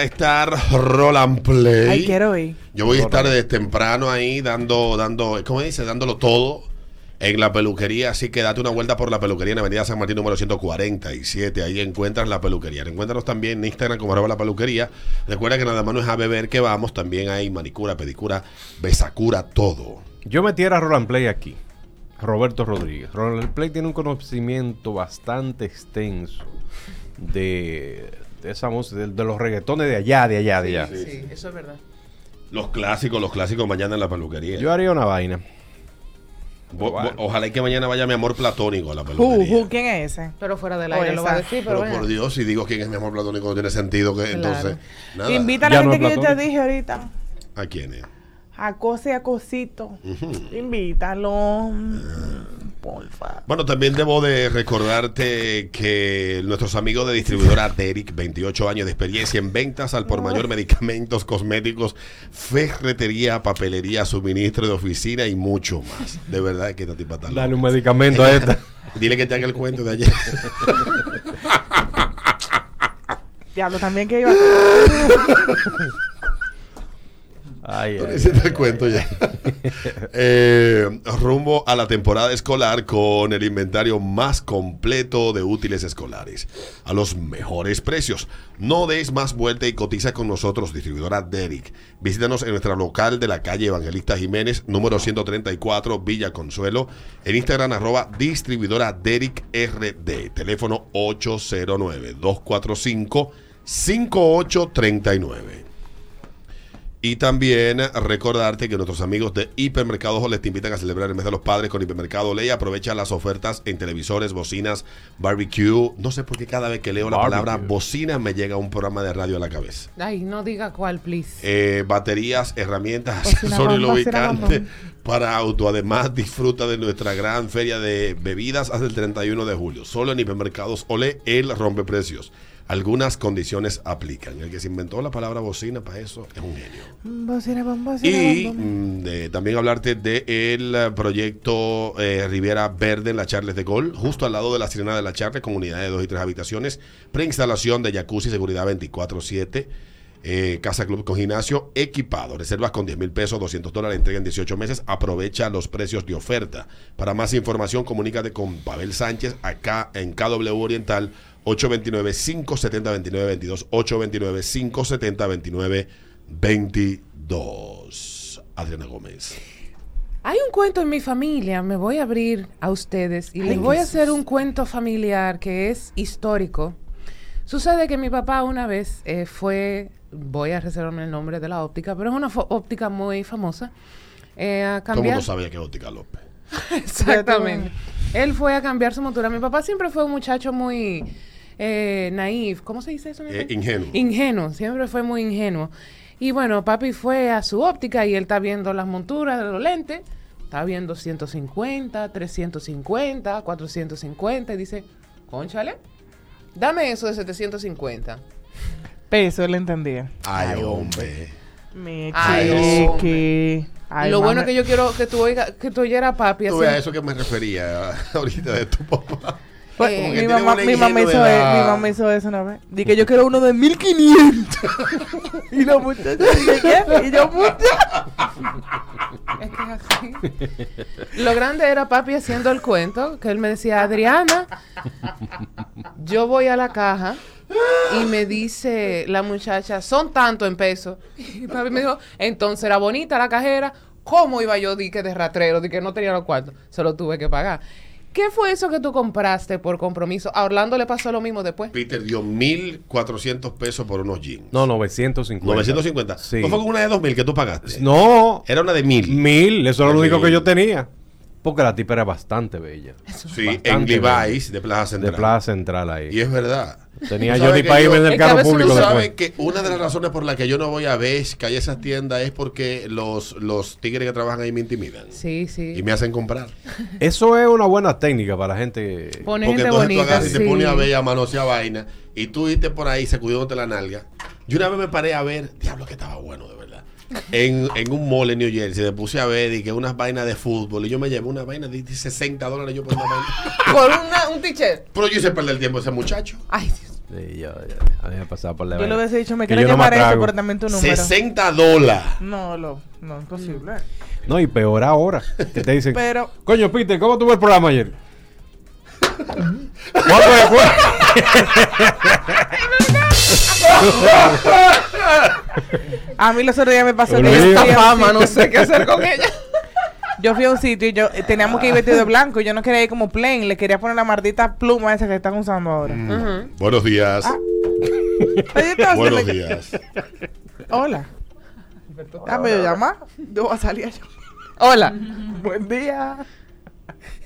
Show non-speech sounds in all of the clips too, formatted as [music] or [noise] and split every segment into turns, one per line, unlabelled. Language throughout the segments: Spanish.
a estar Roland Play.
Ay, quiero ir.
Yo voy a estar desde temprano ahí dando, dando, ¿cómo dice? Dándolo todo en la peluquería. Así que date una vuelta por la peluquería en Avenida San Martín número 147. Ahí encuentras la peluquería. Encuéntranos también en Instagram como arroba la peluquería. Recuerda que nada más no es a beber que vamos. También hay manicura, pedicura, besacura, todo.
Yo metiera a Roland Play aquí. Roberto Rodríguez. Roland Play tiene un conocimiento bastante extenso de, de esa música, de, de los reggaetones de allá, de allá, de allá.
Sí, eso es verdad.
Los clásicos, los clásicos mañana en la peluquería.
Yo haría una vaina.
Bo- bo- ojalá y que mañana vaya mi amor platónico a la
Who,
peluquería.
who, ¿Quién es ese?
Pero fuera del
O
aire lo va a
esa.
decir,
Pero
pero, bueno.
por Dios, si digo quién es mi amor platónico, no tiene sentido que entonces. Nada.
Invita a la
Ya no
gente
es
que yo te
platónico.
dije ahorita.
¿A quién es?
A cosa y a cosito.
Ujú.
Invítalo. Porfa.
Bueno, también debo de recordarte que nuestros amigos de distribuidora Derek, 28 años de experiencia en ventas al por mayor, medicamentos, cosméticos, ferretería, papelería, suministro de oficina y mucho más. De verdad que esta tipa está loca.
Dale un medicamento a esta.
Dile que te haga el cuento de ayer.
Diablo, también que iba a...
Ay,
Tú le
ay,
hiciste el cuento ya. [laughs] Eh, rumbo a la temporada escolar con el inventario más completo de útiles escolares. A los mejores precios. No des más vuelta y cotiza con nosotros, distribuidora Derrick. Visítanos en nuestra local de la calle Evangelista Jiménez, número 134, Villa Consuelo. En Instagram, arroba distribuidora Derrick RD. Teléfono 809-245-5839. Y también recordarte que nuestros amigos de Hipermercados Ole te invitan a celebrar el mes de los padres con Hipermercado Ole y aprovecha las ofertas en televisores, bocinas, barbecue. No sé por qué cada vez que leo la
Barbecue.
palabra bocina me llega un programa de radio a la cabeza.
Ay, no diga cuál, please.
Eh, baterías, herramientas,
Bocina
accesorios y
bomba, bocina
lubricantes
bomba.
para auto. Además, disfruta de nuestra gran feria de bebidas hasta el 31 de julio. Solo en Hipermercados Ole, el rompe precios. Algunas condiciones aplican. El que se inventó la palabra bocina para eso es un genio.
Bocina, bom, bocina,
Y
bom, bom.
mm, de- también hablarte del proyecto eh, Riviera Verde en la Charles de Gol, justo al lado de la Sirena de la Charles, con unidades de 2 y 3 habitaciones, preinstalación de jacuzzi, seguridad 24-7, eh, casa club con gimnasio equipado, reservas con 10 mil pesos, 200 dólares, entrega en 18 meses, aprovecha los precios de oferta. Para más información, comunícate con Pavel Sánchez acá en KW Oriental 829-570-2922, 829-570-2922. Adriana Gómez.
Hay un cuento en mi familia, me voy a abrir a ustedes y les voy a hacer un cuento familiar que es histórico. Sucede que mi papá una vez eh, fue, voy a reservarme el nombre de la óptica, pero es una fo- óptica muy famosa, eh,
Todo
a
el
cambiar...
mundo [laughs] sabía que es Óptica López.
[laughs] Exactamente. Él fue a cambiar su montura. Mi papá siempre fue un muchacho muy eh, naif. ¿Cómo se dice eso? en
Eh,
español?
ingenuo.
Ingenuo, siempre fue muy ingenuo. Y bueno, papi fue a su óptica y él está viendo las monturas de los lentes. Está viendo 150, 350, 450 y dice, conchale, dame eso de 750.
Peso, él entendía.
Ay, hombre.
Mi
Ay,
chiqui. Ay,
Lo bueno
mami.
que yo quiero que tú, oiga, que tú oyeras a papi.
Tú
así-
ves a eso que me refería [laughs] ahorita de tu papá.
Pues,
Eh,
Como que
mi,
tiene
mamá,
una
mi, mamá hizo,
ingenuidad.
e- mi mamá hizo eso una vez. Dije, yo quiero uno de 1500. [laughs] y la muchacha, dije, ¿qué? Y yo, muchacha.
Es que es así. Ah, Lo grande era papi haciendo el cuento, que él me decía, Adriana, yo voy a la caja y me dice la muchacha, son tanto en pesos. Y papi me dijo, entonces era bonita la cajera, ¿cómo iba yo di que de ratrero, di que no tenía los cuartos? Se lo tuve que pagar. ¿Qué fue eso que tú compraste por compromiso? A Orlando le pasó lo mismo después.
Peter dio 1.400 pesos por unos jeans.
No, 950.
950.
Sí.
No fue con una de 2.000 que tú pagaste.
No,
Era una de 1.000.
mil. Eso era lo único
Mil.
que yo tenía. Porque la tipa era bastante bella.
Sí, en
Bastante
Levi's de Plaza Central.
De Plaza Central ahí.
Y es verdad.
Tenía
Tú
yo
sabes
ni para
que
irme
yo-
en el
Es que a
carro
veces
público
Tú
no
después.
sabes que una de las razones por las que yo no voy a Vesca y esas tiendas es porque los, los tigres que trabajan ahí me intimidan.
Sí, sí.
Y me hacen comprar.
Eso es una buena técnica para la gente.
Pone
Porque
gente
entonces
bonita.
tú agarras y te
sí.
pones a ver y a manosear vaina. Y tú irte por ahí sacudiéndote la nalga. Yo una vez me paré a ver, diablo que estaba bueno de
[laughs]
verdad. En, en un mall en New Jersey me puse a ver y que unas vainas de fútbol. Y yo me llevé una vaina de 60 dólares yo por una vaina.
[laughs] Por una- un t-shirt.
Pero yo hice perder el tiempo a ese muchacho.
Ay, Dios.
Sí, yo, yo- a mí me pasaba por la
Yo le
vaina.
hubiese dicho, me
Que
quiero
yo no me
llamar a eso,
atrago.
pero también tu número.
60 dólares.
No, lo, no, imposible.
No, y peor ahora. Que te dicen,
Pero-
coño, Peter, ¿cómo tuvo el
[laughs]
programa ayer? ¿Cuánto le fue?
A mí los otros días me pasó que yo
Olvídate.
fui a un
Esta fama,
sitio-
no sé qué hacer con ella.
Yo fui a un sitio y yo eh, teníamos que ir vestido de blanco. Y yo no quería ir como plain, le quería poner la maldita pluma esa que están usando ahora.
Ujú. Ah,
Buenos días.
Oye, entonces,
Mm. Buenos
le-
días.
Hola. Ah, Dame yo llamar. Yo voy a salir yo.
Hola.
Buen día.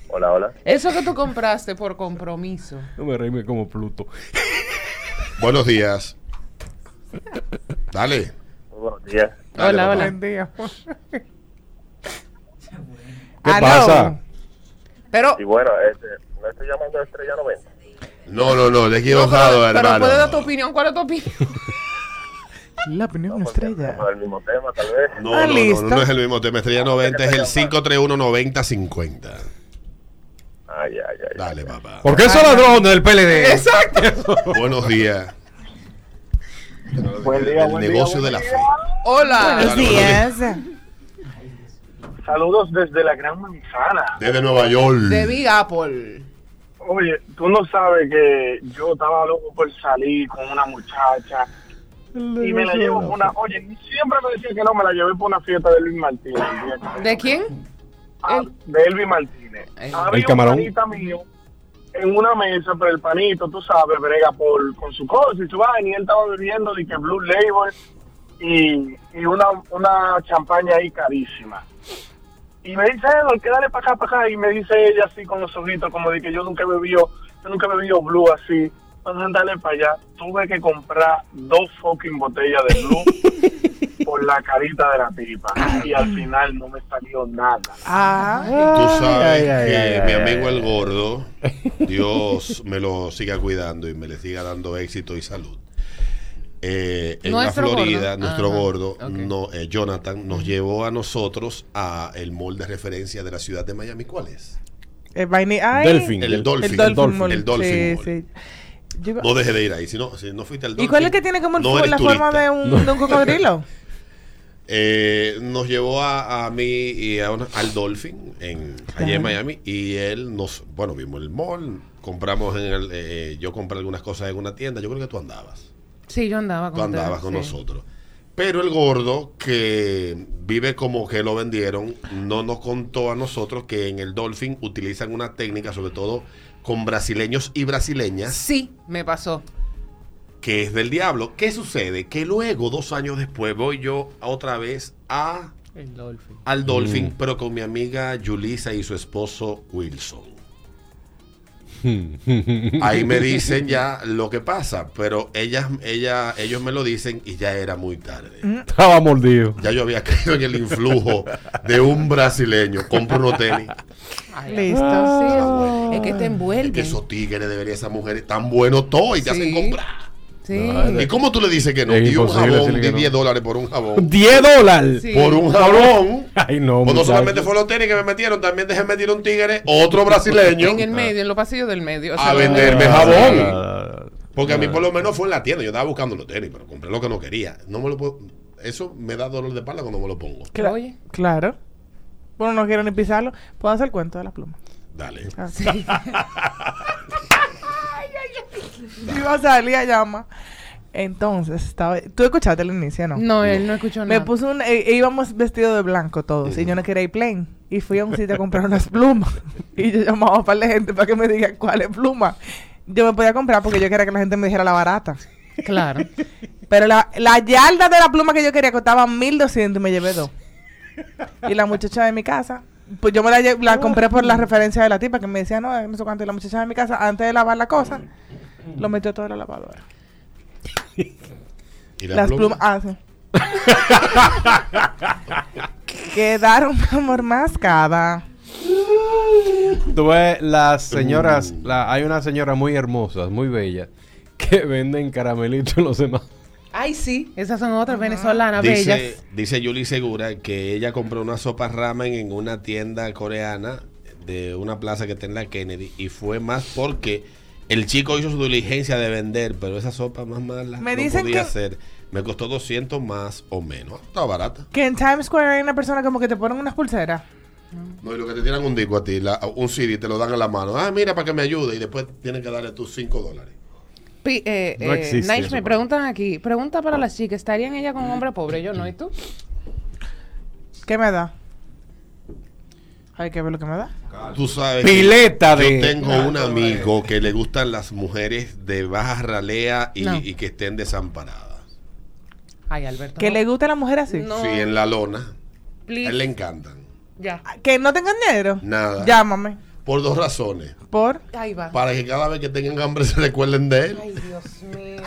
Hola, hola.
Eso que tú compraste por compromiso.
No me reíme como Pluto.
Buenos días. Dale.
Muy buenos días.
Dale,
Hola,
papá.
hola.
Buen día.
¿Qué
Aló.
pasa?
Pero,
Y bueno, este, me estoy llamando a Estrella 90.
No, no, no, le he equivocado,
pero
hermano.
puedes dar tu opinión. ¿Cuál es tu opinión? [laughs]
La opinión
Porque
estrella.
Como del mismo tema, tal vez.
No,
Ah,
no, no,
listo.
no, no es el mismo tema. Estrella 90 es el 531-9050.
Ay, ay, ay.
Dale, papá.
[laughs] ¿Por qué son ladrones del PLD?
Exacto.
Buenos días.
Buen día,
el
buen
negocio
día,
de la
buen
fe.
Hola.
Buenos
Dale,
días.
Saludos desde la Gran Manzana.
Desde Nueva York.
De Big Apple.
Oye, tú no sabes que yo estaba loco por salir con una muchacha y me la llevo por una... Oye, siempre me decía que no, me la llevé por una fiesta de Luis Martínez. el día que me-
¿De quién?
Ah,
El-
de Elvi Martínez.
El
Había
camarón.
un panita mío en una mesa, pero el panito, tú sabes, brega por, con su cosa y su vaina, y él estaba bebiendo de que Blue Label y, y una, una champaña ahí carísima. Y me dice, "Eh, Edward, que dale para acá, para acá, y me dice ella así con los ojitos, como de que yo nunca he bebido, yo nunca he bebido Blue así. Entonces, dale para allá. Tuve que comprar dos fucking botellas de Blue por la carita de la tipa. Y al final no me salió nada.
Ah,
Tú sabes
Ay, ay,
que
ay,
mi
ay,
amigo
ay,
el gordo, Dios me lo siga cuidando y me le siga dando éxito y salud. Eh, en la
¿Nuestro
Florida,
gordo?
nuestro
Ajá,
gordo,
ok.
no, eh, Jonathan, nos llevó a nosotros a el mall de referencia de la ciudad de Miami. ¿Cuál es?
el vaini. Ay,
Delfín.
El Dolphin.
El Dolphin Mall.
El Dolphin
Sí,
Mall.
sí. Yo iba-
No deje de ir ahí. Si no, si no fuiste al
¿Y cuál es
Dolphin,
el que tiene como el
no
fu-
eres
la forma
turista.
de un, de
[laughs]
un cocodrilo?
Eh, nos llevó a, a mí y a una- al Dolphin en, allá
Claro.
en Miami y él nos, bueno, vimos el mall, compramos en el, eh, yo compré algunas cosas en una tienda, yo creo que tú andabas,
Sí, yo andaba con
tú andabas con
sí.
nosotros. Pero el gordo que vive como que lo vendieron, no nos contó a nosotros que en el Dolphin utilizan una técnica, sobre todo con brasileños y brasileñas,
Sí, me pasó.
que es del diablo. ¿Qué sucede? Que luego, dos años después, voy yo a otra vez a
El Dolphin.
al Dolphin,
Mm.
pero con mi amiga Yulisa y su esposo
[laughs]
Wilson. Ahí me dicen ya lo que pasa, pero ellas, ella, ellos me lo dicen y ya era muy tarde.
Estaba mordido.
Ya yo había [laughs] caído en el influjo de un brasileño. Compro unos tenis.
Listo.
ah, Es que
Ah, Es
te envuelve.
que esos tigres deberían esas mujeres tan buenos todos y te
Sí.
hacen comprar.
Sí.
¿Y cómo tú le dices que no?
Es
Y un
imposible
jabón,
decirle
di
que no.
10 dólares por un jabón.
10 dólares.
Sí.
Por un jabón.
Ay, no.
O Pues no
muchacho.
solamente fueron los tenis que me metieron, también dejé meter un tigre, otro brasileño.
En el medio, en los pasillos del medio.
A
Eso-
venderme
Ah,
jabón.
ah,
Porque a mí por lo menos fue en la tienda. Yo estaba buscando los tenis, pero compré lo que no quería. No me lo puedo- Eso me da dolor de espalda cuando me lo pongo.
Cla-
Oye.
Claro. Bueno, no quiero ni pisarlo. Puedo hacer el cuento de la pluma.
Dale.
Ah. Yo [laughs] iba a salir a llama. Entonces, estaba... ¿Tú escuchaste el inicio, no?
No, él no escuchó
Me
nada.
puso un... eh, eh, íbamos vestidos de blanco todos. Y yo no quería ir plain. Y fui a un sitio a comprar unas plumas. [laughs] Y yo llamaba a par de gente para que me digan cuál es pluma. Yo me podía comprar porque yo quería que la gente me dijera la barata.
Claro.
Pero la, la yarda de la pluma que yo quería costaba 1200 y me llevé dos. Y la muchacha de mi casa, pues yo me la, lle- la compré por la referencia de la tipa que me decía, no, eh, no sé cuánto. Y la muchacha de mi casa, antes de lavar la cosa, lo metió todo en la lavadora.
Y la
Las
pluma?
plumas, ah,
[laughs]
sí. Quedaron, mi amor, mascada.
Tú ves las señoras, la- hay una señora muy hermosa, muy bella, [laughs] que venden caramelitos en los demás.
Ay, sí. Esas son otras venezolanas
Dice,
bellas.
dice Yuli Segura que ella compró una sopa ramen en una tienda coreana de una plaza que está en la Kennedy y fue más porque El chico hizo su diligencia de vender, pero esa sopa más mala
Me
no
dicen
podía
que-
ser. Me costó 200 más o menos. Estaba barata.
Que en Times Square hay una persona como que te ponen unas pulseras.
No, y lo que te tiran un disco a ti, la- un CD, te lo dan a la mano. Ah, mira, para que me ayude. Y después tienes que darle tus 5 dólares.
Pi- eh,
No
eh,
existe
Naish,
eso,
me
por
preguntan aquí. Pregunta para las chicas. ¿Estarían ella con un hombre pobre? Yo no. ¿Y tú?
¿Qué me da? Hay que ver lo que me da.
Tú sabes. que
Pileta de.
Yo tengo un amigo que le gustan las mujeres de baja ralea y,
No.
y que estén desamparadas.
Ay, Alberto.
Que
no.
le guste a la mujer así.
No.
Sí, en la lona. A
Please.
él le encantan.
Ya.
Que no tengan dinero.
Nada.
Llámame.
Por dos razones.
Por.
Ahí va.
Para que cada vez que tengan hambre [laughs] se recuerden de él.
Ay, Dios mío.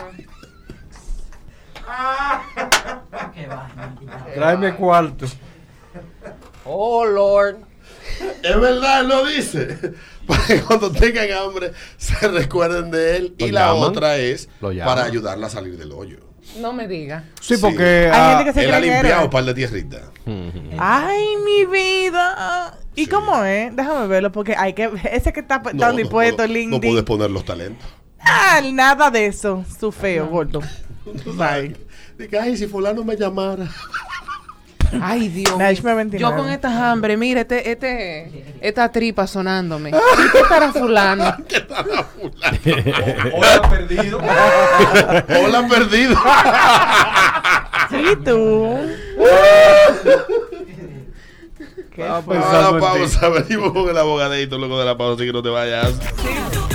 Tráeme cuarto.
Oh, Lord.
Es verdad, él lo dice. [laughs] Para que cuando tengan hambre se recuerden de él. Y
Lo
la
llaman.
otra es
Lo llaman.
para ayudarla a salir del hoyo.
No me diga.
Sí,
Sí.
porque.
Hay
ah,
gente que se
Él ha
cree
limpiado
héroe.
un par de tierritas.
[laughs]
Ay, mi vida. ¿Y
Eh. Sí.
cómo es? Déjame verlo porque hay que ese que está
No,
Pues, tan
no
dispuesto,
puedo-
Lindy.
No pude exponer los talentos. [laughs]
Ah, nada de eso. Su feo, gordo. Bye.
Dije, ay, si fulano me llamara. [laughs]
Ay, Dios.
Naish me ventilaron.
Yo con estas hambre, mira, este, este, esta tripa sonándome. [laughs] ¿Y qué estará fulano?
[laughs]
[laughs]
Hola, perdido.
Hola,
[laughs]
perdido.
¿Y tú?
Estaba
Vamos a la [laughs]
pensando en ti.
pausa, venimos con el abogadito, luego de la pausa, así que no te vayas.
Tú